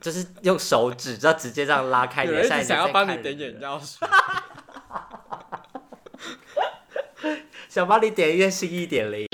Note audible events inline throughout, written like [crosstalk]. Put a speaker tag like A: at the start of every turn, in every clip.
A: 就是用手指，然后直接这样拉开你
B: 有
A: 的
B: 人一
A: 下眼
B: 直
A: 睛
B: 想要
A: 在
B: 帮
A: 看
B: 你点
A: 人
B: 眼药水，
A: 想帮你点一个新一点零。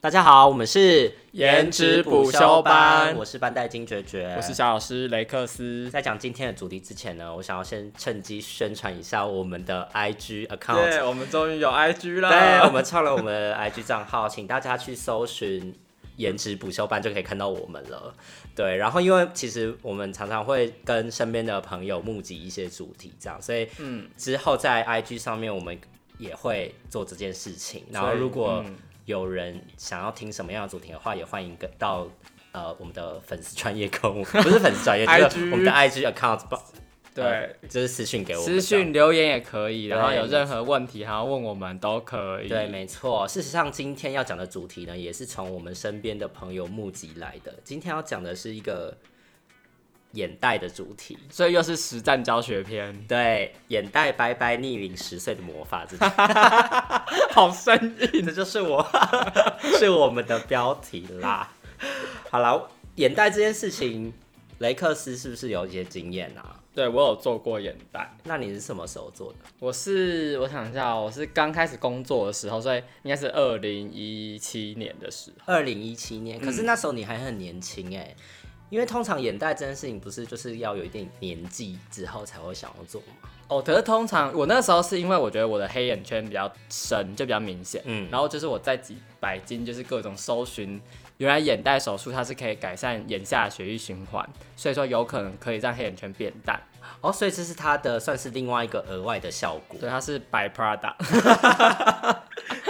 A: 大家好，我们是
B: 颜值补修班
A: 我是班代金绝绝，
B: [laughs] 我是小老师雷克斯。
A: 在讲今天的主题之前呢，我想要先趁机宣传一下我们的 IG account。
B: 对，我们终于有 IG 了。
A: 对，我们创了我们的 IG 账号，请大家去搜寻“颜值补修班”就可以看到我们了。对，然后因为其实我们常常会跟身边的朋友募集一些主题，这样，所以
B: 嗯，
A: 之后在 IG 上面我们也会做这件事情。然后
B: 所以
A: 如果
B: 嗯
A: 有人想要听什么样的主题的话，也欢迎跟到呃我们的粉丝专业跟我，不是粉丝专业，就是
B: IG
A: 我们的 IG account 报。
B: 对，
A: 呃就是私讯给我们这
B: 私
A: 样。
B: 讯留言也可以，然后
A: 对
B: 有任何问题还要问我们都可以。
A: 对，没错。事实上，今天要讲的主题呢，也是从我们身边的朋友募集来的。今天要讲的是一个眼袋的主题，
B: 所以又是实战教学篇，
A: 对，眼袋拜拜逆龄十岁的魔法，这就
B: [laughs] 好深意。
A: 这就是我， [laughs] 是我们的标题啦。好了，眼袋这件事情，雷克斯是不是有一些经验啊？
B: 对我有做过眼袋，
A: 那你是什么时候做的？
B: 我是我想一下哦，我是刚开始工作的时候，所以应该是二零一七年的时候。
A: 二零一七年，可是那时候你还很年轻哎、因为通常眼袋这件事情不是就是要有一点年纪之后才会想要做吗？
B: 哦，可是通常我那时候是因为我觉得我的黑眼圈比较深，就比较明显。
A: 嗯
B: 然后就是我在几百斤，就是各种搜寻，原来眼袋手术它是可以改善眼下血液循环，所以说有可能可以让黑眼圈变淡。
A: 哦，所以这是它的算是另外一个额外的效果。 [laughs]
B: 对，它是 by Prada，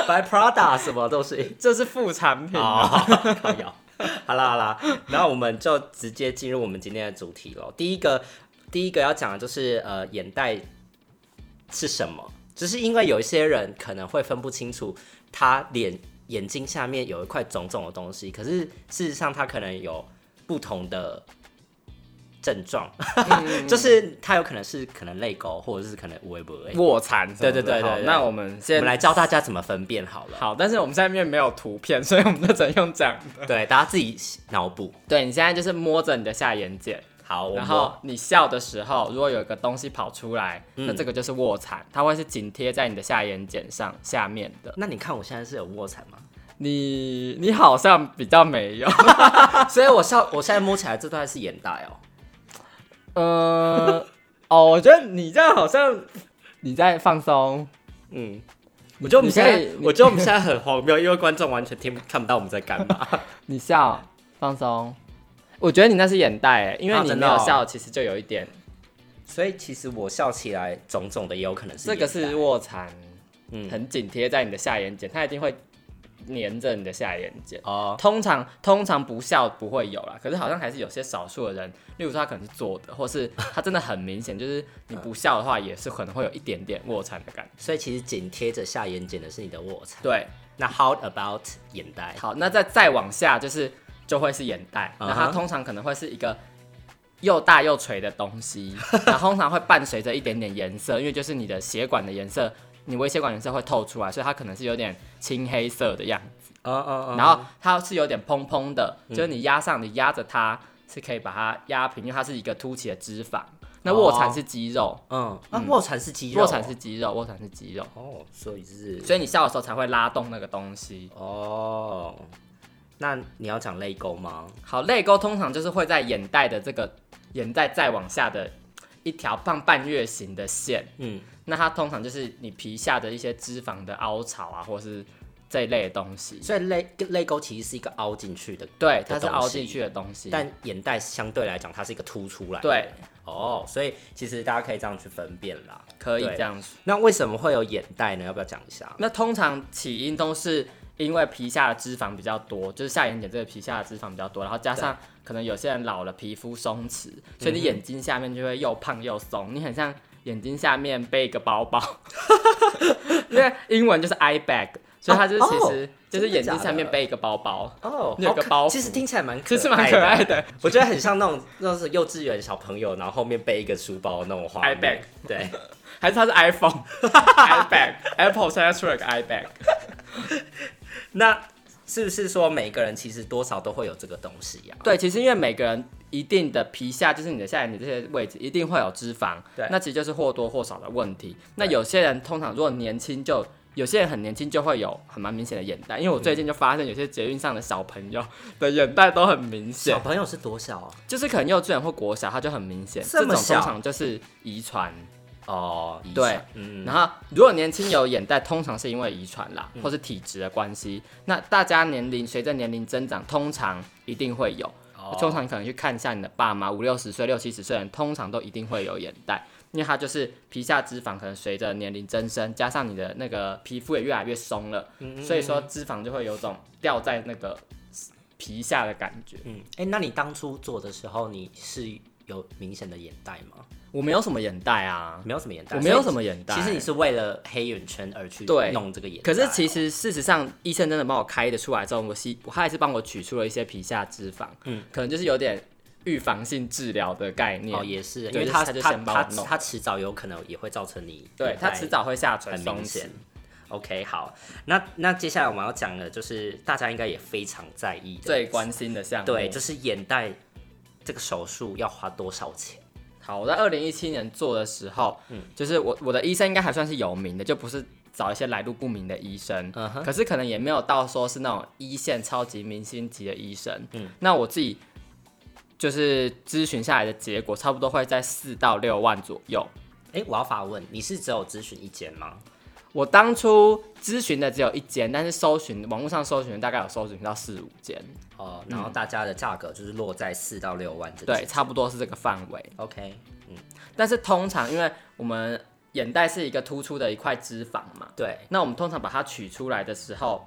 A: 白 Prada 什么都是
B: 这是副产品、啊
A: 哦，靠腰好啦好啦，那我们就直接进入我们今天的主题喽。第一个第一个要讲的就是呃眼袋是什么，只是因为有一些人可能会分不清楚他脸眼睛下面有一块肿肿的东西，可是事实上他可能有不同的。症状、
B: 嗯
A: [laughs] 就是他有可能是可能泪沟，或者是可能微博。
B: [laughs] 卧蚕什么的。
A: 对对对对
B: 好
A: 对
B: 那我们
A: 我
B: 先
A: 们来教大家怎么分辨好
B: [laughs]
A: 了。
B: 好，但是我们下面没有图片，所以我们就只能用这样。
A: 对，大家自己脑补。
B: 对你现在就是摸着你的下眼睑，
A: 好，我
B: 然
A: 们
B: 后你笑的时候，如果有一个东西跑出来，
A: 嗯
B: 那这个就是卧蚕，它会是紧贴在你的下眼睑上下面的。
A: 那你看我现在是有卧蚕吗？ [laughs]
B: 你你好像比较没有，
A: 所以我笑，我现在摸起来这段是眼袋哦。
B: 呃，哦，我觉得你这样好像你在放松，
A: 嗯，我觉得我们现在
B: 你可以，你
A: 我觉得我们现在很荒谬，因 [laughs] 为观众完全听不看不到我们在干 [laughs] 嘛。
B: 你笑放松。我觉得你那是眼袋欸，因为
A: 啊
B: 你
A: 真
B: 没
A: 的
B: 有
A: 哦
B: 笑，其实就有一点，
A: 所以其实我笑起来肿肿的也有可能是
B: 这个是卧蚕，
A: 嗯
B: 很紧贴在你的下眼睑，它一定会粘着你的下眼睑。
A: 哦，
B: 通常通常不笑不会有啦，可是好像还是有些少数的人，例如说他可能是做的，或是他真的很明显，就是你不笑的话，也是可能会有一点点卧蚕的感觉。
A: 所以其实紧贴着下眼睑的是你的卧蚕。
B: 对，
A: 那 how about 眼袋？
B: 好，那再再往下就是就会是眼袋，
A: 嗯
B: 那
A: 哼
B: 它通常可能会是一个又大又垂的
A: [laughs]
B: 东西，然后通常会伴随着一点点颜色，因为就是你的血管的颜色，你微血管颜色会透出来，所以它可能是有点青黑色的样子。
A: 嗯嗯嗯
B: 然后它是有点蓬蓬的，就是你压上，你压着它是可以把它压平，因为它是一个凸起的脂肪。那卧蚕是肌肉，
A: 嗯，那卧蚕是哦肌肉哦，
B: 卧蚕是肌肉，卧蚕是肌肉，
A: 哦，所以是
B: 所以你笑的时候才会拉动那个东西。
A: 哦。那你要讲泪沟吗？
B: 好，泪沟通常就是会在眼袋的这个眼袋再往下的一条半半月形的线，
A: 嗯，
B: 那它通常就是你皮下的一些脂肪的凹槽啊，或是这一类的东西。
A: 所以泪泪沟其实是一个凹进去的
B: 对，它是
A: 的东
B: 凹
A: 西
B: 进去的东西。
A: 但眼袋相对来讲，它是一个凸出来的。
B: 对，
A: 哦，所以其实大家可以这样去分辨啦。
B: 可以
A: 对
B: 这样说。
A: 那为什么会有眼袋呢？要不要讲一下？
B: 那通常起因都是因为皮下的脂肪比较多，就是下眼睑这个皮下的脂肪比较多，然后加上可能有些人老了皮肤松弛，所以你眼睛下面就会又胖又松，你很像眼睛下面背一个包 [laughs] 包，因为英文就是 eye bag，所以它就是其实、
A: 哦
B: 就是眼
A: 真
B: 睛
A: 的假的
B: 下面背一个包包，
A: 哦
B: 有个包袱
A: 其实听起来蛮可
B: 其
A: 爱
B: 实蛮可爱的。
A: 我觉得很像那种那是幼稚园小朋友，然后后面背一个书包那种画面。
B: iBag
A: 对，
B: 还是它是 [laughs] iPhone，iPad，Apple 现在出了个 iPad，
A: 那是不是说每个人其实多少都会有这个东西呀、
B: 对，其实因为每个人一定的皮下，就是你的下眼底这些位置，一定会有脂肪。
A: 对
B: 那其实就是或多或少的问题。那有些人通常如果年轻就。有些人很年轻就会有很蛮明显的眼袋，因为我最近就发现有些捷运上的小朋友的眼袋都很明显
A: 小，朋友是多少啊？
B: 就是可能幼稚园或国小他就很明显，
A: 这
B: 这
A: 么
B: 种
A: 小
B: 通常就是遗传。
A: 哦，遗
B: 对
A: 传，嗯，
B: 然后如果年轻有眼袋，通常是因为遗传啦，或是体质的关系。那大家年龄随着年龄增长，通常一定会有。
A: 哦
B: 通常你可能去看一下你的爸妈，五六十岁、六七十岁的人，通常都一定会有眼袋，因为它就是皮下脂肪可能随着年龄增生，加上你的那个皮肤也越来越松了，
A: 嗯
B: 所以说脂肪就会有种掉在那个皮下的感觉。
A: 嗯，哎、那你当初做的时候，你是有明显的眼袋吗？
B: 我没有什么眼袋啊，
A: 没有什么眼袋，
B: 我没有
A: 所
B: 什么眼
A: 以
B: 袋。
A: 其实你是为了黑眼圈而去
B: 对
A: 弄这个眼袋，
B: 可是其实事实上，医生真的帮我开的出来之后，我吸我他还是帮我取出了一些皮下脂肪，
A: 嗯
B: 嗯，可能就是有点预防性治疗的概念。
A: 哦也是，因
B: 对
A: 为
B: 就是
A: 它
B: 他就
A: 它
B: 先帮
A: 它
B: 我弄
A: 它迟早有可能也会造成你
B: 对
A: 眼
B: 它
A: 袋
B: 迟早会下垂
A: 很
B: 松
A: 明
B: 弛
A: 显。。OK，好，那那接下来我们要讲的就是大家应该也非常在意的，
B: 最关心的项目。
A: 对，就是眼袋这个手术要花多少钱？
B: 好，我在二零一七年做的时候，
A: 嗯
B: 就是我我的医生应该还算是有名的，就不是找一些来路不明的医生，
A: 嗯哼
B: 可是可能也没有到说是那种一线超级明星级的医生。嗯，那我自己就是咨询下来的结果，差不多会在四到六万左右。
A: 哎、我要发问，你是只有咨询一间吗？
B: 我当初咨询的只有一间，但是搜寻网络上搜寻大概有搜寻到四五间，
A: 哦，然后大家的价格就是落在四到六万这
B: 嗯对，
A: 间。
B: 差不多是这个范围。
A: ，OK，
B: 但是通常因为我们眼袋是一个突出的一块脂肪嘛，
A: 对，
B: 那我们通常把它取出来的时候，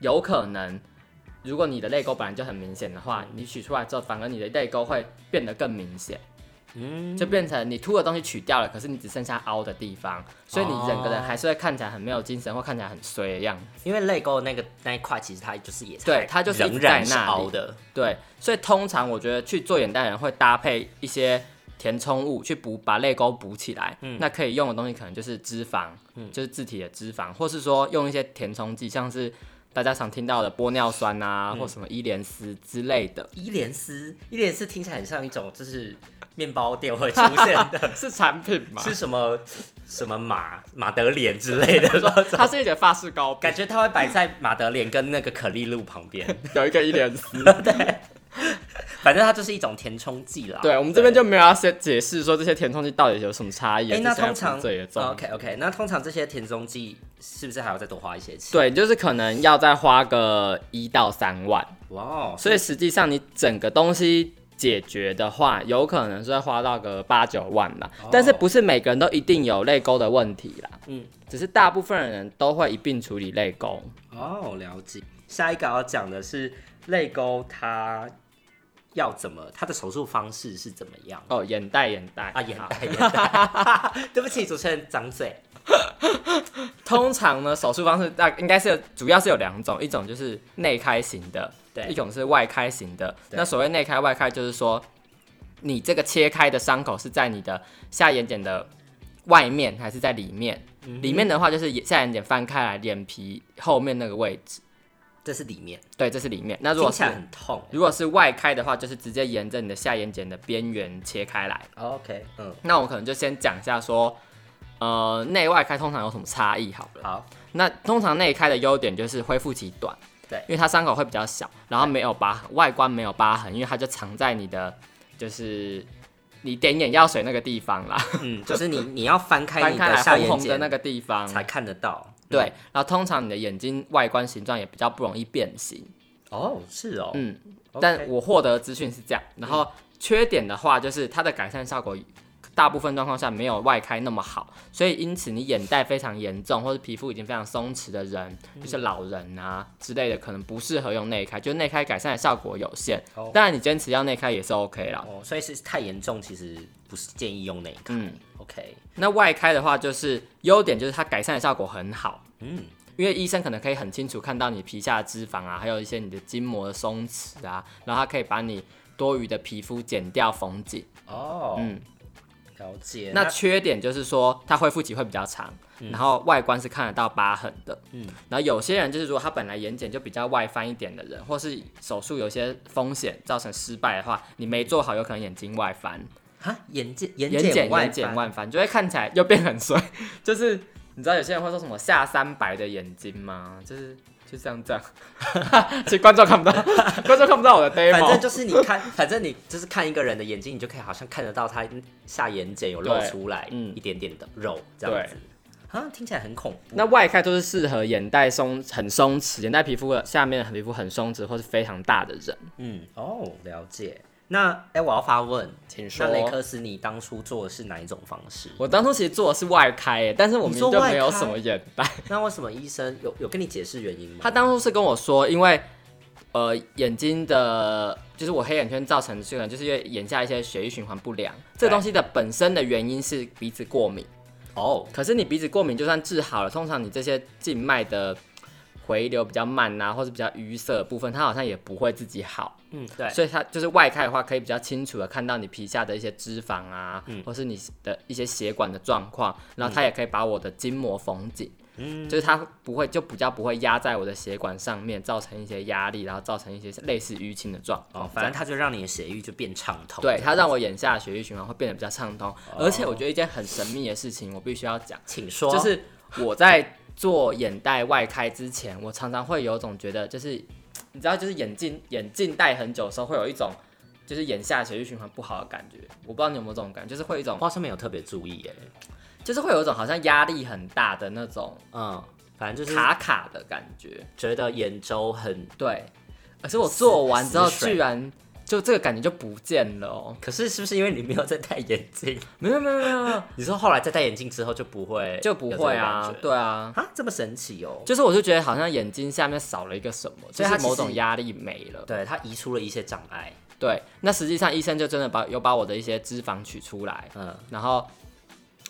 B: 有可能，如果你的泪沟本来就很明显的话，你取出来之后，反而你的泪沟会变得更明显。嗯，就变成你凸的东西取掉了，可是你只剩下凹的地方，所以你整个人还是会看起来很没有精神，或看起来很衰的样子。
A: 因为泪沟那个那一块，其实它就是也才
B: 对它就是一直
A: 仍然
B: 在
A: 是
B: 那里
A: 凹的，。
B: 对，所以通常我觉得去做眼袋的人会搭配一些填充物去补，把泪沟补起来。那可以用的东西可能就是脂肪，就是自体的脂肪，或是说用一些填充剂，像是大家常听到的玻尿酸啊，或什么伊莲丝之类的
A: 伊莲丝，伊莲丝听起来很像一种就是面包店会出现
B: [laughs]
A: 的，
B: 是产品吗
A: 是什么什么马马德莲之类
B: [laughs]
A: 的那种，
B: 它是一点发饰膏
A: 感觉它会摆在马德莲跟那个可丽露旁
B: [laughs]
A: 边，
B: 有一个伊莲丝。
A: 反正它就是一种填充剂啦。
B: [laughs] 对我们这边就没有要先解释说这些填充剂到底有什么差异啊。
A: 哎、那
B: 这现在
A: 通常
B: 不是最严重的
A: OK OK，那通常这些填充剂是不是还要再多花一些钱？
B: 对，就是可能要再花个一到三万。
A: 哇哦，
B: 所以实际上你整个东西解决的话，有可能是会花到个八九万啦。但是不是每个人都一定有泪沟的问题啦？
A: 哦嗯
B: 嗯，只是大部分人都会一并处理泪沟。
A: 哦，了解。下一个要讲的是泪沟，它要怎么，它的手术方式是怎么样
B: 哦，眼袋，眼袋
A: 啊？眼
B: 好
A: 袋，眼袋。 [laughs] 对不起，主持人张嘴。
B: 通常呢，手术方式大应该是有主要是有两种，一种就是内开型的，
A: 对
B: 一种是外开型的。
A: 对
B: 那所谓内开外开，就是说你这个切开的伤口是在你的下眼睑的外面还是在里面？
A: 嗯
B: 里面的话就是眼下眼睑翻开来，脸皮后面那个位置，
A: 这是里面，
B: 对，这是里面。那如
A: 听
B: 果
A: 起
B: 是
A: 来很痛。
B: 如果是外开的话，就是直接沿着你的下眼睑的边缘切开来。
A: OK，嗯，
B: 那我可能就先讲一下说，呃，内外开通常有什么差异好了。
A: 好，
B: 那通常内开的优点就是恢复期短，
A: 对
B: 因为它伤口会比较小，然后没有疤痕，外观没有疤痕，因为它就藏在你的就是你点眼药水那个地方啦，
A: 嗯，就是你你要翻开
B: 翻
A: 你
B: 开来
A: 下眼
B: 红红的那
A: 睑
B: 个地方，
A: 才看得到。嗯
B: 对，然后通常你的眼睛外观形状也比较不容易变形，
A: 哦，是哦，
B: 嗯
A: OK，
B: 但我获得的资讯是这样，然后缺点的话就是它的改善效果。大部分状况下没有外开那么好，所以因此你眼袋非常严重，或者皮肤已经非常松弛的人，就是老人啊之类的，可能不适合用内开，就是内开改善的效果有限
A: 哦。
B: 当然你坚持要内开也是 OK 啦。
A: 哦，所以是太严重，其实不是建议用那个。
B: 嗯，
A: OK，
B: 那外开的话就是优点就是它改善的效果很好，
A: 嗯，
B: 因为医生可能可以很清楚看到你皮下的脂肪啊，还有一些你的筋膜的松弛啊，然后它可以把你多余的皮肤剪掉缝紧。
A: 哦，
B: 嗯，
A: 了解。
B: 那缺点就是说，它恢复期会比较长，然后外观是看得到疤痕的。
A: 嗯
B: 嗯，然后有些人就是，如果他本来眼睑就比较外翻一点的人，或是手术有些风险造成失败的话，你没做好，有可能眼睛外翻，
A: 哈，眼睑眼
B: 眼睑
A: 睑外
B: 眼睑
A: 翻
B: 外翻，就会看起来又变很衰。 [laughs] 就是你知道有些人会说什么下三白的眼睛吗？就是就这样这样， [laughs] 其实观众看不到，观众看不到我的 demo。
A: 反正就是你看，反正你就是看一个人的眼睛，你就可以好像看得到他下眼睑有露
B: 对
A: 出来
B: 嗯
A: 一点点的肉这样子。啊，听起来很恐怖。
B: 那外开都是适合眼袋松很松弛、眼袋皮肤的下面的皮肤很松弛或是非常大的人。
A: 嗯，哦，了解。那哎、我要发问，
B: 请
A: 那
B: 说。
A: 雷克斯，你当初做的是哪一种方式？ [laughs]
B: 我当初其实做的是外开耶，但是我
A: 你
B: 们
A: 做
B: 就没有
A: 外开
B: 什么眼袋。
A: 那为什么医生有有跟你解释原因吗？
B: 他当初是跟我说，因为呃眼睛的，就是我黑眼圈造成的这个，就是因为眼下一些血液循环不良，这个东西的本身的原因是鼻子过敏。
A: 哦，
B: 可是你鼻子过敏就算治好了，通常你这些静脉的回流比较慢啊，或是比较淤塞的部分，它好像也不会自己好。
A: 嗯，对，
B: 所以它就是外开的话，可以比较清楚的看到你皮下的一些脂肪啊，
A: 嗯
B: 或是你的一些血管的状况，然后它也可以把我的筋膜缝紧，
A: 嗯
B: 就是它不会就比较不会压在我的血管上面，造成一些压力，然后造成一些类似淤青的状况。
A: 哦，反正他就让你的血液就变畅通。
B: 对，它让我眼下的血液循环会变得比较畅
A: 哦
B: 通，而且我觉得一件很神秘的事情，我必须要讲，
A: 请说。
B: 就是我在做眼袋外开之前，我常常会有种觉得，就是你知道，就是眼镜眼镜戴很久的时候，会有一种就是眼下血液循环不好的感觉。我不知道你有没有这种感觉，就是会有一种
A: 我，好像没有特别注意
B: 嗯
A: 耶。
B: 就是会有一种好像压力很大的那种
A: 嗯，反正就是
B: 卡卡的感觉。
A: 觉得眼周很，
B: 对，可是我做完之后，
A: 死水
B: 居然就这个感觉就不见了哦。
A: 可是是不是因为你没有在戴眼镜？
B: 没有没有没有没有，
A: 你说后来在戴眼镜之后就不会
B: 就不会啊
A: 有这种感，觉
B: 对啊。
A: 啊，这么神奇哦。
B: 就是我就觉得好像眼睛下面少了一个什么，
A: 所
B: 就
A: 以它
B: 是
A: 其实
B: 某种压力没了。
A: 对他移出了一些障碍，
B: 对，那实际上医生就真的把有把我的一些脂肪取出来，
A: 嗯
B: 然后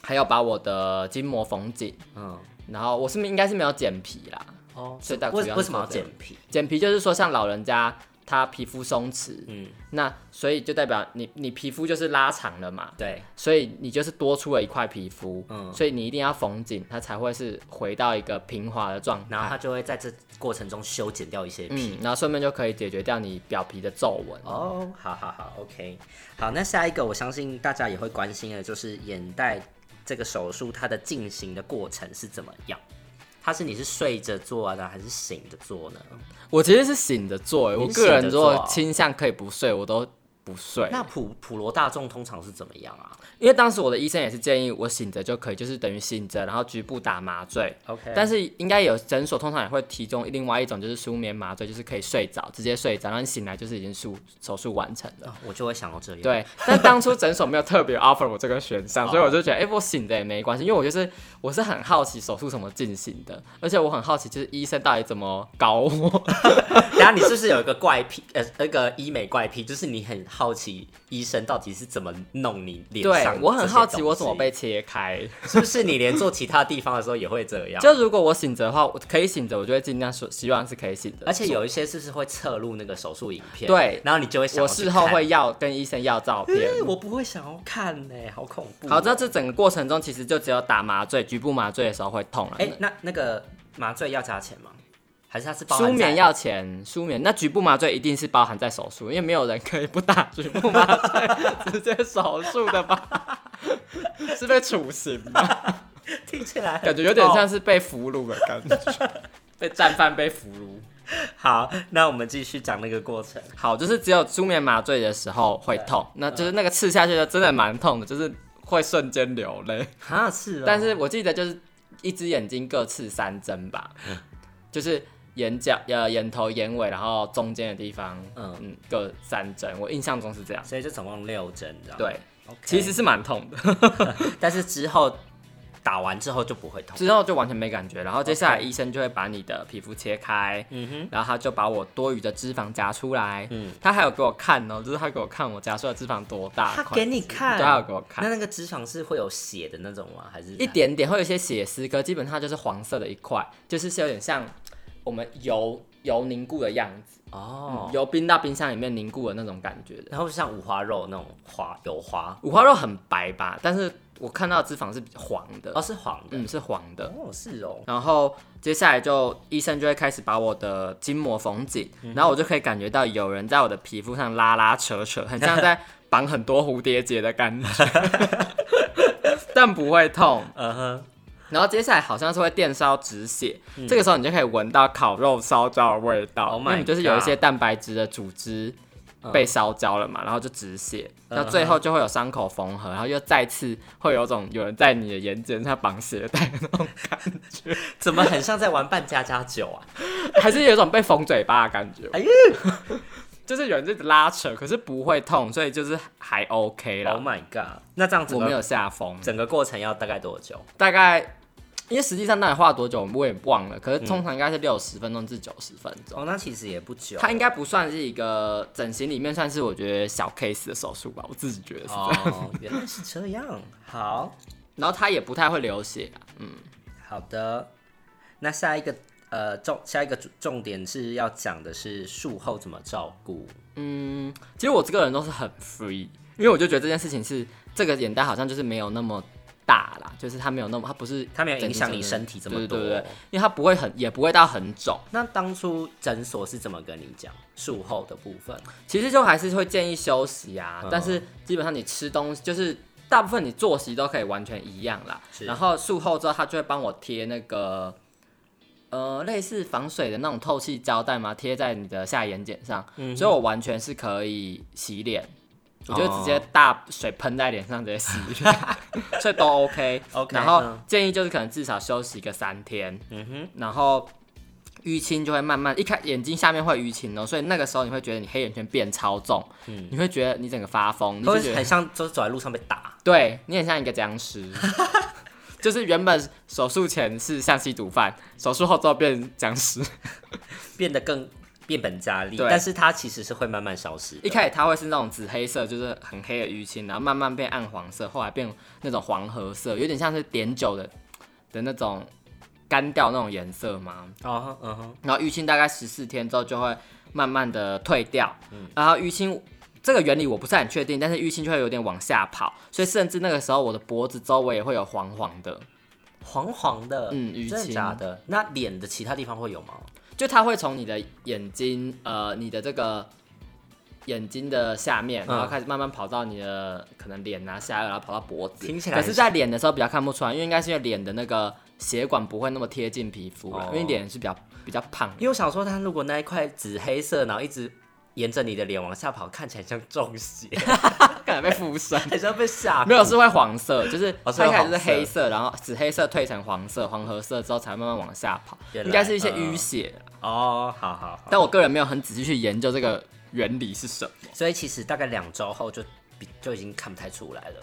B: 还有把我的筋膜缝紧，
A: 嗯，
B: 然后我是没应该是没有剪皮啦。
A: 哦
B: 所以大概主
A: 为
B: 要是
A: 为什么要
B: 这样
A: 剪皮？
B: 剪皮就是说像老人家他皮肤松弛，
A: 嗯，
B: 那所以就代表你你皮肤就是拉长了嘛，
A: 对，
B: 所以你就是多出了一块皮肤，
A: 嗯
B: 所以你一定要缝紧，它才会是回到一个平滑的状
A: 然后
B: 态，
A: 他就会在这过程中修剪掉一些皮。
B: 嗯，然后顺便就可以解决掉你表皮的皱纹。
A: 哦，好好好，OK，好，那下一个我相信大家也会关心的，就是眼袋这个手术它的进行的过程是怎么样？它是你是睡着做呢，还是醒着做呢？
B: 我其实是醒着做、欸，
A: 你
B: 我
A: 是
B: 个人
A: 醒着
B: 如
A: 做
B: 果
A: 哦
B: 倾向可以不睡，我都不睡。
A: 那普普罗大众通常是怎么样啊
B: 因为当时我的医生也是建议我醒着就可以，就是等于醒着，然后局部打麻醉。
A: ？OK，
B: 但是应该有诊所通常也会提供另外一种就是舒眠麻醉，就是可以睡着，直接睡着，然后你醒来就是已经术手术完成了。
A: 哦我就会想到这样。，
B: 对， [laughs] 但当初诊所没有特别 offer 我这个选
A: 哦
B: 项，所以我就觉得，哎、我醒着也没关系，因为我就是我是很好奇手术怎么进行的，而且我很好奇就是医生到底怎么搞
A: [laughs]
B: 我。
A: 然后你是不是有一个怪癖？呃，那个医美怪癖，就是你很好奇医生到底是怎么弄你脸
B: 对
A: 上？
B: 我很好奇我怎么，被切开。
A: 是不是你连做其他地方的时候也会这样？
B: 就如果我醒着的话，我可以醒着，我就会尽量说希望是可以醒着。
A: 而且有一些是不是会侧录那个手术影片？
B: 对
A: 然后你就会想要
B: 我
A: 去
B: 事后
A: 看
B: 会要跟医生要照片。
A: 欸我不会想要看呢、好恐怖哦、
B: 好，那这整个过程中其实就只有打麻醉，局部麻醉的时候会痛啊了。
A: 哎、那那个麻醉要加钱吗？还是它是包含
B: 舒
A: 在
B: 眠？要钱，舒眠那局部麻醉一定是包含在手术，因为没有人可以不打局部麻醉直接手术的吧？ [laughs] 是被处刑吗？
A: [laughs] 听起来很哦
B: 感觉有点
A: 痛
B: 像是被俘虏的感觉， [laughs] 被战犯被俘虏。
A: 好，那我们继续讲那个过程。
B: 好，就是只有舒眠麻醉的时候会痛，那就是那个刺下去的真的蛮痛的，就是会瞬间流泪。
A: 哈，是、哦，
B: 但是我记得就是一只眼睛各刺三针吧，就是眼角、呃眼头、眼尾，然后中间的地方，
A: 嗯
B: 嗯嗯，各三针。我印象中是这样。
A: 所以就总共六针，这样
B: 对，
A: OK
B: 其实是蛮痛的，
A: 但是之后打完之后就不会痛。
B: 之后就完全没感觉。然后接下来医生就会把你的皮肤切开，
A: 嗯哼，
B: 然后他就把我多余的脂肪夹出来。
A: 嗯
B: 嗯，他还有给我看哦，就是他给我看我夹出来的脂肪多大
A: 他
B: 块，
A: 给你看，
B: 对，他有给我看。
A: 那那个脂肪是会有血的那种吗？还是
B: 一点点，会有一些血丝，可基本上就是黄色的一块，就是是有点像我们油油凝固的样子，
A: 哦，
B: 油冰到冰箱里面凝固的那种感觉的。
A: 然后像五花肉那种花油花，
B: 五花肉很白吧，但是我看到的脂肪是黄的，
A: 哦是黄的，
B: 嗯，是黄的。
A: 哦是哦，
B: 然后接下来就医生就会开始把我的筋膜缝紧，
A: 嗯
B: 然后我就可以感觉到有人在我的皮肤上拉拉扯扯，很像在绑很多蝴蝶结的
A: [laughs]
B: 感觉，但不会痛。
A: 嗯哼，
B: 然后接下来好像是会电烧止血，这个时候你就可以闻到烤肉烧焦的味道
A: 嗯 Oh my
B: 因为你就是有一些蛋白质的组织被烧焦了嘛，然后就止血，
A: 嗯
B: 那最后就会有伤口缝合，然后又再次会有种有人在你的眼睑上绑鞋带 [laughs] 的那种，
A: 怎么很像在玩扮家家酒
B: [laughs]
A: 啊？
B: 还是有一种被缝嘴巴的感觉。
A: 哎呀
B: [laughs] 就是有人在拉扯，可是不会痛，所以就是还 OK 啦。
A: ，Oh my god，那这样子
B: 啊我没有下风，
A: 整个过程要大概多久？
B: 大概因为实际上到底花了多久我也忘了，可
A: 嗯
B: 是通常应该是六十分钟至九十分钟。
A: 哦，那其实也不久，
B: 它应该不算是一个整形里面算是我觉得小 case 的手术吧，我自己觉得是。
A: 哦，原来是这样。好，
B: 然后它也不太会流血啊、
A: 好的。那下一个呃重下一个主重点是要讲的是术后怎么照顾。
B: 嗯，其实我这个人都是很 free，因为我就觉得这件事情是这个眼袋好像就是没有那么大啦，就是它没有那么它不是
A: 它没有影响你
B: 整
A: 身体这么
B: 对对对
A: 多
B: 对，因为它不会很也不会到很肿。
A: 那当初诊所是怎么跟你讲术后的部分？
B: 其实就还是会建议休息啊，
A: 嗯
B: 但是基本上你吃东西就是大部分你作息都可以完全一样啦。
A: 是
B: 然后术后之后，他就会帮我贴那个呃类似防水的那种透气胶带嘛，贴在你的下眼睑上，
A: 嗯
B: 所以我完全是可以洗脸。我就直接大水喷在脸上，直接洗， [laughs] 所以都 OK。
A: 哦 [laughs] OK，
B: 然后
A: 嗯
B: 建议就是可能至少休息个三天，
A: 嗯哼，
B: 然后淤青就会慢慢一开眼睛下面会淤青哦，所以那个时候你会觉得你黑眼圈变超重，你会觉得你整个发疯，你
A: 会
B: 就
A: 不
B: 觉
A: 会
B: 得
A: 很像就是走在路上被打，
B: 对你很像一个僵尸， [laughs] 就是原本手术前是像吸毒犯，手术后之后变僵尸。
A: 变得更变本加厉。
B: 对
A: 但是它其实是会慢慢消失的。
B: 一开始它会是那种紫黑色，就是很黑的淤青，然后慢慢变暗黄色，后来变那种黄褐色，有点像是碘酒的的那种干掉那种颜色嘛。
A: 哦，嗯哼，
B: 然后淤青大概十四天之后就会慢慢的退掉，
A: 嗯
B: 然后淤青这个原理我不是很确定，但是淤青就会有点往下跑，所以甚至那个时候我的脖子周围也会有黄黄的，
A: 黄黄的，
B: 嗯淤
A: 真的
B: 青
A: 假的？那脸的其他地方会有吗？
B: 就它会从你的眼睛，呃，你的这个眼睛的下面，
A: 嗯
B: 然后开始慢慢跑到你的可能脸啊、下颚，然后跑到脖子。
A: 听起来
B: 可是，在脸的时候比较看不出来，因为应该是因为脸的那个血管不会那么贴近皮肤啦
A: 哦
B: 因为脸是比较比较胖 [laughs] 的。
A: 因为我想说，它如果那一块紫黑色，然后一直沿着你的脸往下跑，看起来像中
B: [laughs]
A: 邪，
B: 感觉被附身。
A: 还是要被
B: [laughs]
A: 吓。
B: 没有，是会黄 [laughs] 色，就是
A: 哦
B: 它
A: 是会
B: 一开始是
A: 黄色
B: 黑色，然后紫黑色褪成黄色、黄褐色之后才慢慢往下跑，
A: 原来
B: 应该是一些
A: 嗯
B: 淤血。
A: 哦，好好好。
B: 但我个人没有很仔细去研究这个原理是什么。
A: 所以其实大概两周后就比就已经看不太出来了。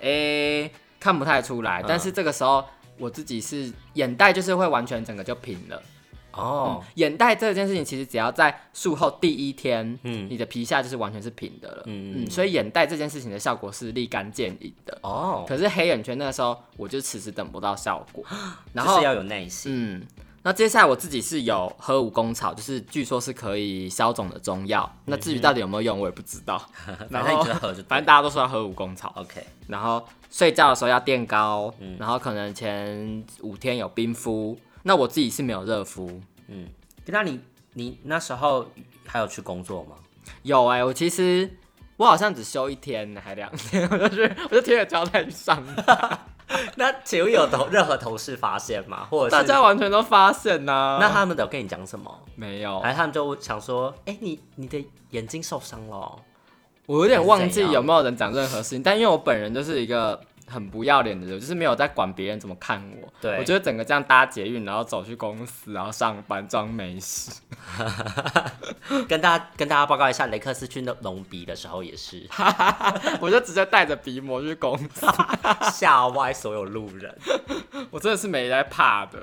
B: 诶、看不太出来，但是这个时候我自己是眼袋就是会完全整个就平了。
A: 哦，
B: 眼袋这件事情其实只要在术后第一天，
A: 嗯
B: 你的皮下就是完全是平的了，
A: 嗯
B: 嗯所以眼袋这件事情的效果是立竿见影的。
A: 哦，
B: 可是黑眼圈那个时候我就迟迟等不到效 [gasps] 果，然
A: 就
B: 后
A: 是要有耐心。
B: 嗯，那接下来我自己是有喝蜈蚣草，就是据说是可以消肿的中药，那至于到底有没有用我也不知道， [laughs] 然
A: 嗯反
B: 后
A: 正你觉得合就
B: 反正大家都说要喝蜈蚣草。
A: OK，
B: 然后睡觉的时候要垫高，然后可能前五天有冰敷。那我自己是没有热敷，
A: 那你你那时候还有去工作吗？
B: 有哎、我其实我好像只休一天还两天， [laughs] 我就去我就贴了胶带去上班，
A: [laughs] 那请问有同任何同事发现吗？或者
B: 大
A: 是
B: 家完全都发现呐、
A: 那他们有跟你讲什么？
B: 没有，
A: 还是他们就想说，哎、你你的眼睛受伤了哦、
B: 我有点忘
A: 还是怎
B: 记
A: 样
B: 有没有人讲任何事情，但因为我本人就是一个很不要脸的人，就是没有在管别人怎么看我。
A: 对
B: 我觉得整个这样搭捷运，然后走去公司，然后上班装没事。
A: 跟大家跟大家报告一下，雷克斯去弄隆鼻的时候也 [laughs] 是
B: [laughs] 我就直接带着鼻膜去公司，
A: 吓歪所有路人。
B: 我真的是没在怕的，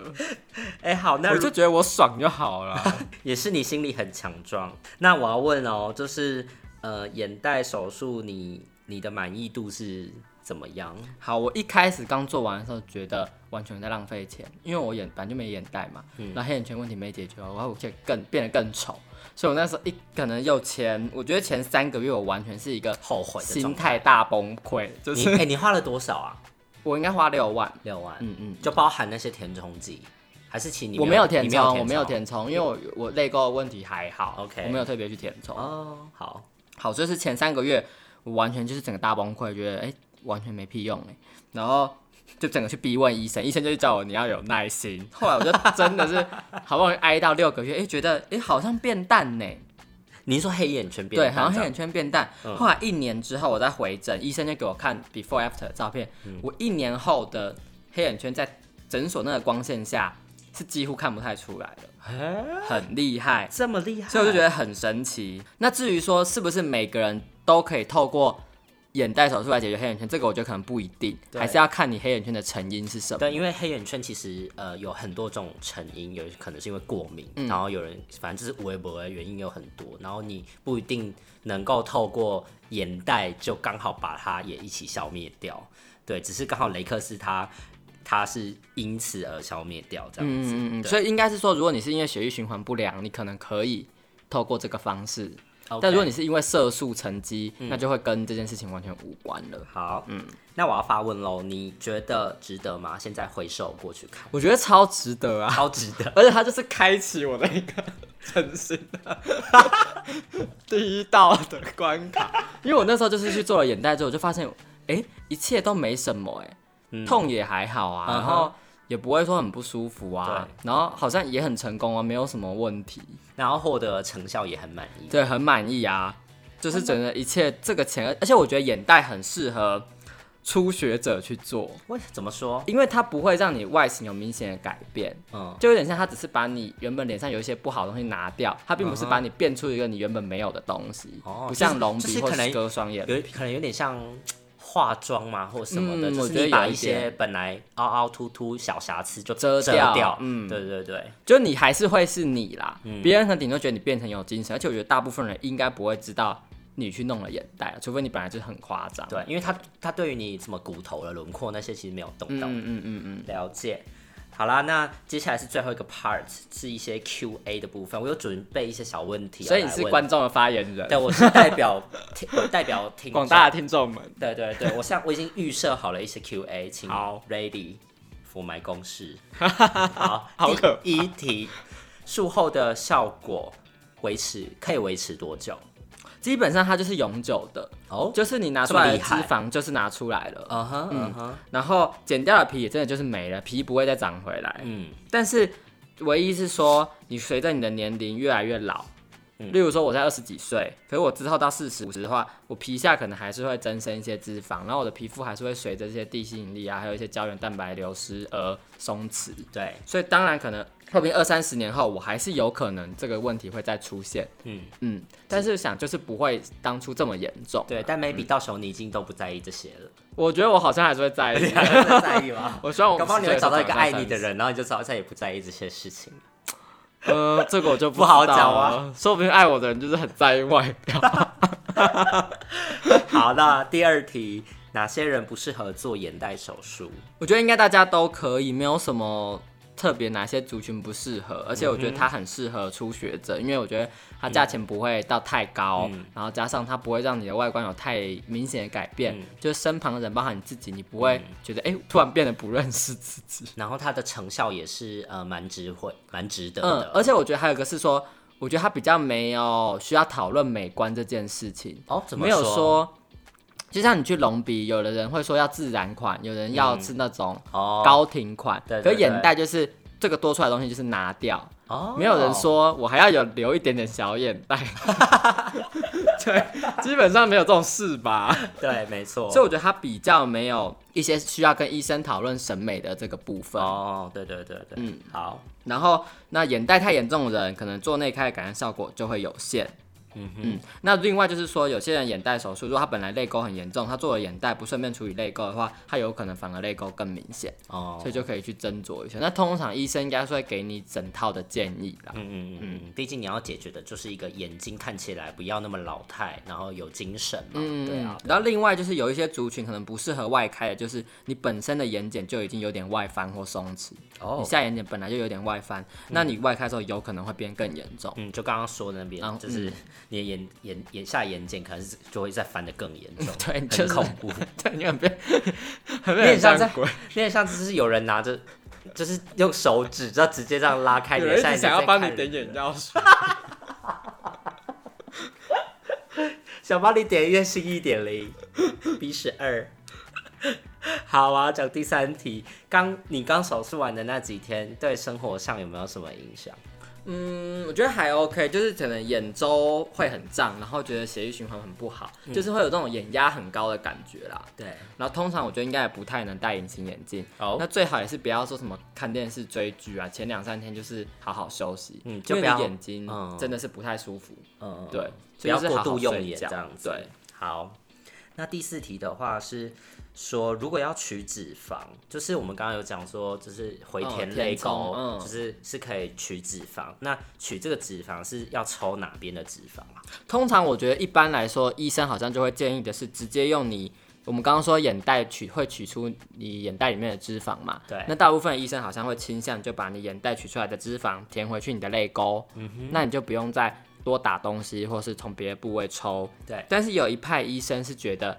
A: 哎、好，那
B: 我
A: 如
B: 就觉得我爽就好了。
A: 也是你心里很强壮。那我要问哦，就是呃，眼袋手术你你的满意度是怎么样？
B: [laughs] 好，我一开始刚做完的时候，觉得完全在浪费钱，因为我眼本来就没眼袋嘛，然后黑眼圈问题没解决，然后我就更变得更丑，所以我那时候一可能有前，我觉得前三个月我完全是一个
A: 后悔的
B: 心
A: 状态。
B: 态大崩溃，就
A: 你
B: 是
A: 哎、你花了多少啊？
B: 我应该花六万，
A: 六万，
B: 嗯嗯，
A: 就包含那些填充剂，还是请你
B: 我
A: 没
B: 没
A: 有
B: 有填
A: 你没有
B: 充，我没有
A: 充
B: 填充，因为我我泪沟的问题还好
A: OK
B: 我没有特别去填充。
A: 哦，好，
B: 好，就是前三个月我完全就是整个大崩溃，觉得哎、完全没屁用哎、然后就整个去逼问医生，医生就是叫我你要有耐心。后来我就真的是 [laughs] 好不容易挨到六个月，哎、觉得哎、好像变淡呢、
A: 您说黑眼圈变
B: 对，
A: 淡
B: 好像
A: 这
B: 黑
A: 样
B: 眼圈变淡。
A: 嗯
B: 后来一年之后我再回诊，医生就给我看 before after 的照片，
A: 嗯
B: 我一年后的黑眼圈在诊所那个光线下是几乎看不太出来的，
A: 哎
B: 很厉害。
A: 这么厉害，
B: 所以我就觉得很神奇。那至于说是不是每个人都可以透过眼袋手术来解决黑眼圈，这个我觉得可能不一定，
A: 对
B: 还是要看你黑眼圈的成因是什么。
A: 对，因为黑眼圈其实呃有很多种成因，有可能是因为过敏，
B: 嗯
A: 然后有人反正就是无微不的原因有很多，然后你不一定能够透过眼袋就刚好把它也一起消灭掉。对，只是刚好雷克斯他他是因此而消灭掉这样子。
B: 嗯嗯嗯，
A: 对
B: 所以应该是说，如果你是因为血液循环不良，你可能可以透过这个方式。
A: OK
B: 但如果你是因为色素沉积，那就会跟这件事情完全无关了。
A: 好，嗯，那我要发问喽，你觉得值得吗？现在回首过去看， [laughs]
B: 我觉得超值得啊！
A: 超值得。
B: [laughs] 而且它就是开启我的一个诚心的 [laughs] 第一道的关卡，因为我那时候就是去做了眼袋之后，我就发现，哎、一切都没什么、哎、痛也还好啊，
A: 嗯哼
B: 然后也不会说很不舒服啊，然后好像也很成功啊，没有什么问题，
A: 然后获得成效也很满意。
B: 对，很满意啊，就是整个一切这个钱，而且我觉得眼袋很适合初学者去做，
A: 我怎么说？
B: 因为它不会让你外形有明显的改变，
A: 嗯，
B: 就有点像他只是把你原本脸上有一些不好的东西拿掉，他并不是把你变出一个你原本没有的东西，
A: 哦
B: 不像隆
A: 就是
B: 鼻
A: 就是
B: 或
A: 可能
B: 是割双眼。
A: 有可能有点像化妆嘛，或什么的，
B: 嗯
A: 就
B: 我
A: 是
B: 觉得
A: 你把
B: 有一
A: 一些
B: 点
A: 本来凹凹凸凸小瑕疵就
B: 遮
A: 遮
B: 掉
A: 嗯，
B: 嗯
A: 对对对，
B: 就你还是会是你啦，
A: 嗯
B: 别、人可能顶多觉得你变成有精神，而且我觉得大部分人应该不会知道你去弄了眼袋，除非你本来就很夸张。
A: 对，因为他他对于你什么骨头的轮廓那些其实没有动
B: 嗯，
A: 到。
B: 嗯嗯嗯嗯
A: 了解。好啦，那接下来是最后一个 part，是一些 Q&A 的部分。我有准备一些小问题
B: 嗯，
A: 要
B: 所以
A: 来
B: 你是
A: 问
B: 观众的发言
A: 对，
B: 人，
A: 我是代表听我代表听
B: 广
A: 众
B: 大的听众们。
A: 对对对，我像我已经预设好了一些 Q&A，请
B: 好
A: ready for my 公
B: [laughs]
A: 式。好，
B: 好可怕
A: 第一题，术后的效果维持可以维持多久？
B: 基本上它就是永久的，
A: 哦，
B: 就是你拿出来的
A: 这么厉
B: 脂
A: 害
B: 肪就是拿出来了，
A: 嗯哼嗯哼
B: 然后剪掉的皮也真的就是没了，皮不会再长回来。
A: 嗯
B: 但是唯一是说，你随着你的年龄越来越老，
A: 嗯
B: 例如说我才二十几岁，可是我之后到四十五十的话，我皮下可能还是会增生一些脂肪，然后我的皮肤还是会随着这些地心引力啊，还有一些胶原蛋白流失而松弛。
A: 对，
B: 所以当然可能后边二三十年后，我还是有可能这个问题会再出现。
A: 嗯
B: 嗯，但是想就是不会当初这么严重。
A: 对，但
B: 嗯
A: maybe 到时候你已经都不在意这些
B: [laughs]
A: 了，
B: 我觉得我好像还是会
A: [laughs]
B: 在意。
A: 会在意吗？
B: 我希 [laughs] 望我
A: 搞不好你会找到一个爱你的
B: 人。
A: 人，然后你就早再也不在意这些事
B: [laughs]
A: 情。
B: 呃，这个我就
A: 不好
B: 知道
A: 讲啊
B: 了，说不定爱我的人就是很在意外表。
A: 好，那第二题，哪些人不适合做眼袋手术？
B: [laughs] 我觉得应该大家都可以，没有什么特别哪些族群不适合，而且我觉得它很适合初学者，因为我觉得它价钱不会到太高，然后加上它不会让你的外观有太明显的改变，
A: 嗯
B: 就是身旁的人，包含你自己，你不会觉得哎、诶突然变得不认识自己。
A: 然后它的成效也是呃蛮值会蛮值得
B: 嗯
A: 的，，
B: 而且我觉得还有一个是说，我觉得它比较没有需要讨论美观这件事情。
A: 哦，怎么
B: 没有说，就像你去隆鼻，有的人会说要自然款，有人要是那种
A: 嗯哦
B: 高挺款，
A: 对对
B: 可是眼袋就是这个多出来的东西就是拿掉，
A: 哦，
B: 没有人说我还要有留一点点小眼袋，对，基本上没有这种事吧，
A: [laughs] 对，没
B: [laughs]
A: 错。
B: 所以我觉得它比较没有一些需要跟医生讨论审美的这个部分。
A: 哦，对对对对，嗯
B: 嗯，
A: 好，
B: 然后，那眼袋太严重的人，可能做内开的改善效果就会有限。嗯，那另外就是说，有些人眼袋手术，如果他本来泪沟很严重，他做了眼袋不顺便处理泪沟的话，他有可能反而泪沟更明显，
A: 哦，
B: 所以就可以去斟酌一下。那通常医生应该是会给你整套的建议啦。
A: 嗯嗯嗯嗯，毕竟你要解决的就是一个眼睛看起来不要那么老态，然后有精神嘛，
B: 嗯
A: 对啊，
B: 然后另外就是有一些族群可能不适合外开的，就是你本身的眼睑就已经有点外翻或松弛，嗯你
A: 哦，
B: 下眼睑本来就有点外翻，那你外开之后有可能会变更严 [laughs] 重。
A: 嗯，就刚刚说的那边，
B: 啊
A: 就是你的眼眼眼下眼睑可能是就会再翻得更严重，
B: [laughs] 对
A: 很
B: 就是
A: 恐怖，
B: 对，你很被 [laughs] 很
A: 有
B: 被
A: 点像在
B: 人鬼，
A: 有点像就是有人拿着。就是用手指，然后直接这样拉开你
B: 有
A: 的
B: 人一
A: 下眼
B: 直
A: 睑
B: 想要
A: 在
B: 帮
A: 看
B: 你点
A: 人
B: 眼药水。
A: 想帮你点一个新一点零 B 十二。好啊，讲第三题。刚你刚手术完的那几天，对生活上有没有什么影响？
B: [laughs] 嗯，我觉得还 OK，就是可能眼周会很胀，然后觉得血液循环很不好，就是会有这种眼压很高的感觉啦。
A: 对，
B: 然后通常我觉得应该也不太能戴隐形眼镜，
A: 哦
B: 那最好也是不要说什么看电视、追剧啊，前两三天就是好好休息，
A: 嗯
B: 因
A: 就
B: 为
A: 不
B: 你
A: 要
B: 眼睛
A: 嗯
B: 真的是不太舒服，
A: 嗯，
B: 对，
A: 不要
B: 所以就是
A: 过
B: 好好
A: 度用眼
B: 睡觉
A: 这样子。
B: 对，，
A: 好。那第四题的话是说，如果要取脂肪，就是我们刚刚有讲说，就是回填
B: 嗯
A: 泪
B: 填充
A: 沟，
B: 嗯
A: 就是是可以取脂肪。那取这个脂肪是要抽哪边的脂肪啊？
B: 通常我觉得一般来说，医生好像就会建议的是直接用你。我们刚刚说眼袋取会取出你眼袋里面的脂肪嘛？
A: 对
B: 那大部分的医生好像会倾向就把你眼袋取出来的脂肪填回去你的泪沟，
A: 嗯
B: 那你就不用再多打东西，或是从别的部位抽。
A: 对，
B: 但是有一派医生是觉得，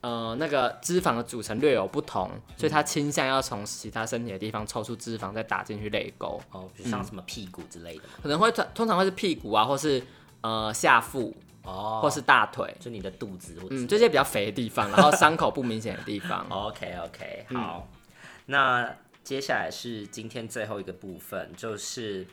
B: 呃，那个脂肪的组成略有不同，所以他倾向要从其他身体的地方抽出脂肪，再打进去泪沟。
A: 哦，比如
B: 嗯
A: 像什么屁股之类的嘛。
B: 可能会通通常会是屁股啊，或是呃下腹，
A: 哦，
B: 或是大腿，
A: 就你的肚子或者。
B: 嗯，这些比较肥的地方，然后伤口不明显的地方
A: OK OK，好，
B: 嗯
A: 那接下来是今天最后一个部分，就是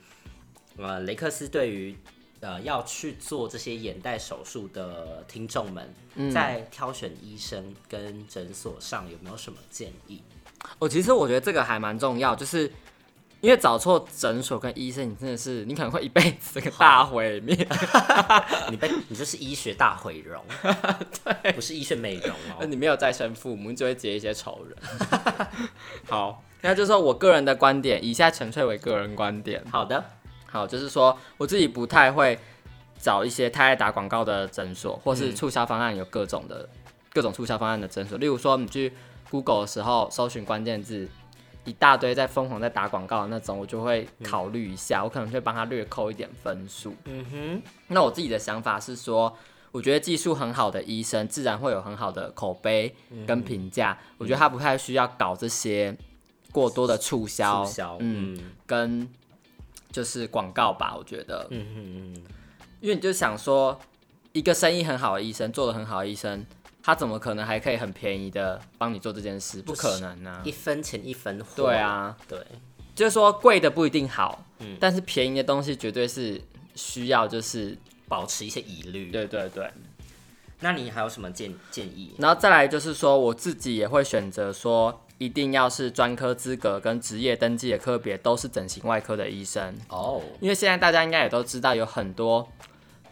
A: 呃，雷克斯对于呃要去做这些眼袋手术的听众们，
B: 嗯
A: 在挑选医生跟诊所上有没有什么建议？
B: 我、哦其实我觉得这个还蛮重要，就是因为找错诊所跟医生，你真的是你可能会一辈子这 [laughs] 个大毁灭。
A: 你被你就是医学大毁
B: [laughs]
A: 容，对，不是医学美容
B: 那
A: 哦。
B: 你没有再生父母，你只会结一些仇人。 [laughs] 好，那就是说我个人的观点，以下纯粹为个人观点。
A: 好的，
B: 好，就是说我自己不太会找一些太爱打广告的诊所，或
A: 嗯
B: 是促销方案有各种的、各种促销方案的诊所。例如说，你去 Google 的时候搜寻关键字，一大堆在疯狂在打广告的那种，我就会考虑一下，我可能会帮他略扣一点分数。
A: 嗯哼，
B: 那我自己的想法是说，我觉得技术很好的医生，自然会有很好的口碑
A: 嗯
B: 跟评价。我觉得他不太需要搞这些过多的促销，
A: 促销，
B: 嗯，
A: 嗯
B: 跟就是广告吧。我觉得，
A: 嗯哼嗯
B: 因为你就想说，一个生意很好的医生，做的很好的医生，他怎么可能还可以很便宜的帮你做这件事？不可能啊
A: 哼，！嗯一分钱一分货，
B: 对，啊，
A: 对，
B: 就是说贵的不一定好，但是便宜的东西绝对是需要，就是
A: 保持一些疑虑。
B: 对对对。
A: 那你还有什么建建议？
B: 然后再来就是说，我自己也会选择说，一定要是专科资格跟职业登记的科别都是整形外科的医生，
A: 哦，
B: 因为现在大家应该也都知道，有很多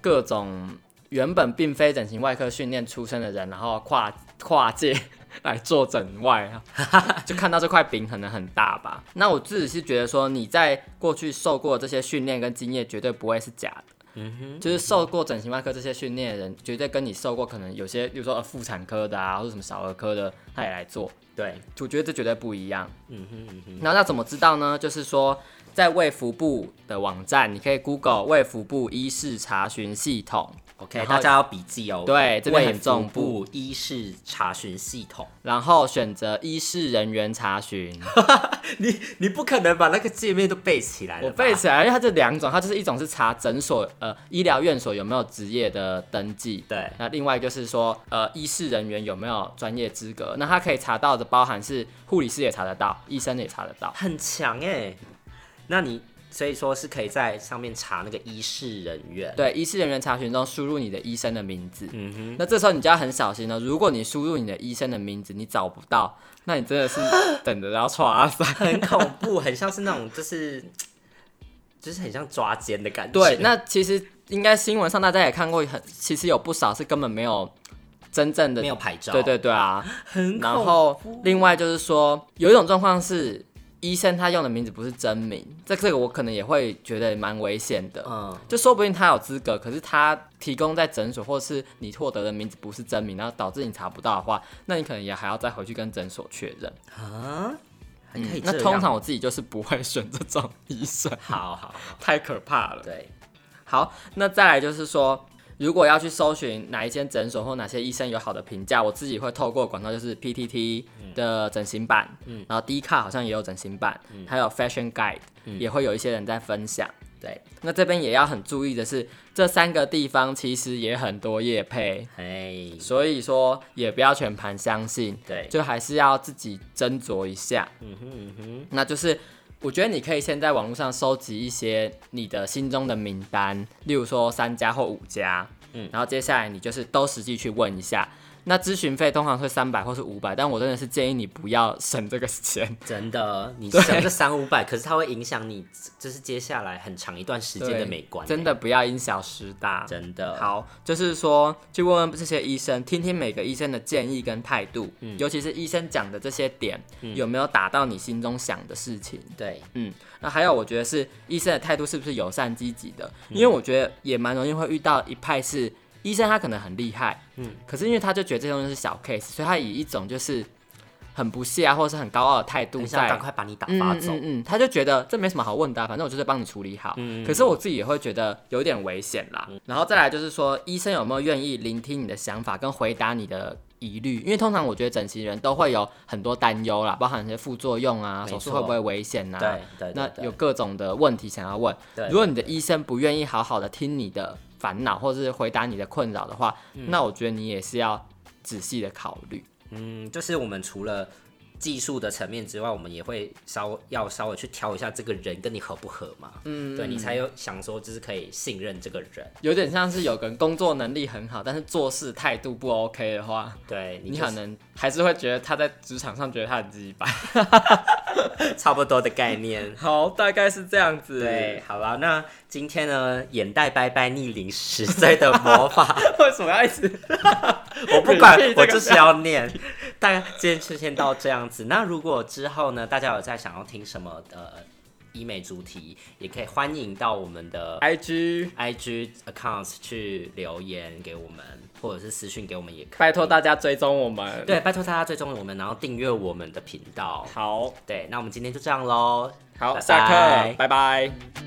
B: 各种原本并非整形外科训练出身的人，然后跨跨界 [laughs] 来做整外啊， [laughs] 就看到这块饼可能很大吧。那我自己是觉得说，你在过去受过这些训练跟经验，绝对不会是假的。
A: 嗯
B: 就是受过整形外科这些训练的人，绝对跟你受过可能有些，比如说呃妇产科的啊，或者什么小儿科的，他也来做，
A: 对，
B: 我觉得这绝对不一样。
A: 嗯哼嗯哼，
B: 那那怎么知道呢？就是说，在卫福部的网站，你可以 Google 卫福部医事查询系统，
A: ，OK，
B: 然后
A: 大家要笔记哦。
B: 对这边很重
A: 卫福部医事查询系统，
B: 然后选择医事人员查询。
A: 你你不可能把那个界面都背起来
B: 我
A: 了。
B: 背，起来，因为它这两种，它就是一种是查诊所呃医疗院所有没有职业的登记，
A: 对
B: 那另外就是说，呃，医师人员有没有专业资格？那他可以查到的包含是护理师也查得到，医生也查得到。
A: 很强哎。那你所以说是可以在上面查那个医事人员。
B: 对，医师人员查询中输入你的医生的名字。
A: 嗯哼，
B: 那这时候你就要很小心了。如果你输入你的医生的名字，你找不到，那你真的 [laughs] 是等着要抓塞。
A: 很恐怖，很像是那种就是就是很像抓奸的感觉。
B: 对，那其实应该新闻上大家也看过很，其实有不少是根本没有真正的
A: 没有牌照，
B: 对，对对啊，
A: 很
B: 然
A: 恐
B: 后另外就是说，有一种状况是医生他用的名字不是真名，这这个我可能也会觉得蛮危险的。
A: 嗯，
B: 就说不定他有资格，可是他提供在诊所或是你获得的名字不是真名，然后导致你查不到的话，那你可能也还要再回去跟诊所确认。嗯
A: 啊，还可以这
B: 那
A: 样、
B: 通常我自己就是不会选这种医生，
A: 好好好，
B: 太可怕了。
A: 对，
B: 好，那再来就是说，如果要去搜寻哪一间诊所或哪些医生有好的评价，我自己会透过广告，就是 PTT 的整形版，
A: 嗯
B: 然后 D 卡好像也有整形版，还有 Fashion Guide、
A: 嗯
B: 也会有一些人在分享。
A: 对，
B: 那这边也要很注意的是，这三个地方其实也很多业配，
A: 哎，
B: 所以说也不要全盘相信，
A: 对，
B: 就还是要自己斟酌一下。
A: 嗯哼嗯哼，
B: 那就是我觉得你可以先在网络上收集一些你的心中的名单，例如说三家或五家，
A: 嗯
B: 嗯，然后接下来你就是都实际去问一下。那咨询费通常会三百或是五百，但我真的是建议你不要省这个钱。
A: 真的，你省这三五百，可是它会影响你，就是接下来很长一段时间的美观、
B: 真
A: 的，
B: 的不要因小失大。
A: 真的，，
B: 好，就是说去问问这些医生，听听每个医生的建议跟态度，
A: 嗯
B: 尤其是医生讲的这些点、有没有打到你心中想的事情。
A: 对，
B: 嗯，那还有我觉得是医生的态度是不是友善积极的？因
A: 嗯
B: 为我觉得也蛮容易会遇到一派是医生他可能很厉害，嗯，可是因为他就觉得这些东西是小 case，所以他以一种就是很不屑啊，或者是很高傲的态度
A: 很想赶
B: 在。
A: 快把你打
B: 嗯
A: 发
B: 嗯
A: 走，
B: 嗯嗯，他就觉得这没什么好问的啊、反正我就是帮你处理好。
A: 嗯
B: 可是我自己也会觉得有点危险啦。然后再来就是说，医生有没有愿意聆听你的想法跟回答你的疑虑？因为通常我觉得整形人都会有很多担忧啦，包含一些副作用啊，
A: 没
B: 手术
A: 错
B: 会不会危险啊，
A: 对对
B: 那
A: 对对
B: 有各种的问题想要问。
A: 对
B: 如果你的医生不愿意好好的听你的烦恼，或者是回答你的困扰的话，那我觉得你也是要仔细的考虑。
A: 嗯，就是我们除了技术的层面之外，我们也会稍要稍微去挑一下这个人跟你合不合嘛，嗯，对你才有想说就是可以信任这个人，
B: 有点像是有个人工作能力很好，但是做事态度不 OK 的话，
A: 对
B: 你
A: 就
B: 可能还是会觉得他在职场上觉得他很鸡巴。
A: 是差不多的概念。
B: [laughs] 好，大概是 [laughs] 这样子。
A: 对，，好了，那今天呢，眼袋拜拜逆龄十岁的魔法，
B: [laughs] 为什么要一 [laughs] 直？
A: 我不
B: [laughs]
A: 管
B: Repeat，这个
A: 我就是要念。大家今天就先到这样子。那如果之后呢，大家有在想要听什么呃医美主题，也可以欢迎到我们的
B: IG，
A: IG accounts 去留言给我们，或者是私讯给我们也可以。
B: 拜托大家追踪我们。，
A: 对，拜托大家追踪我们，然后订阅我们的频道。
B: 好，
A: 对，那我们今天就这样喽。
B: 好，
A: 拜拜
B: 下课，拜拜。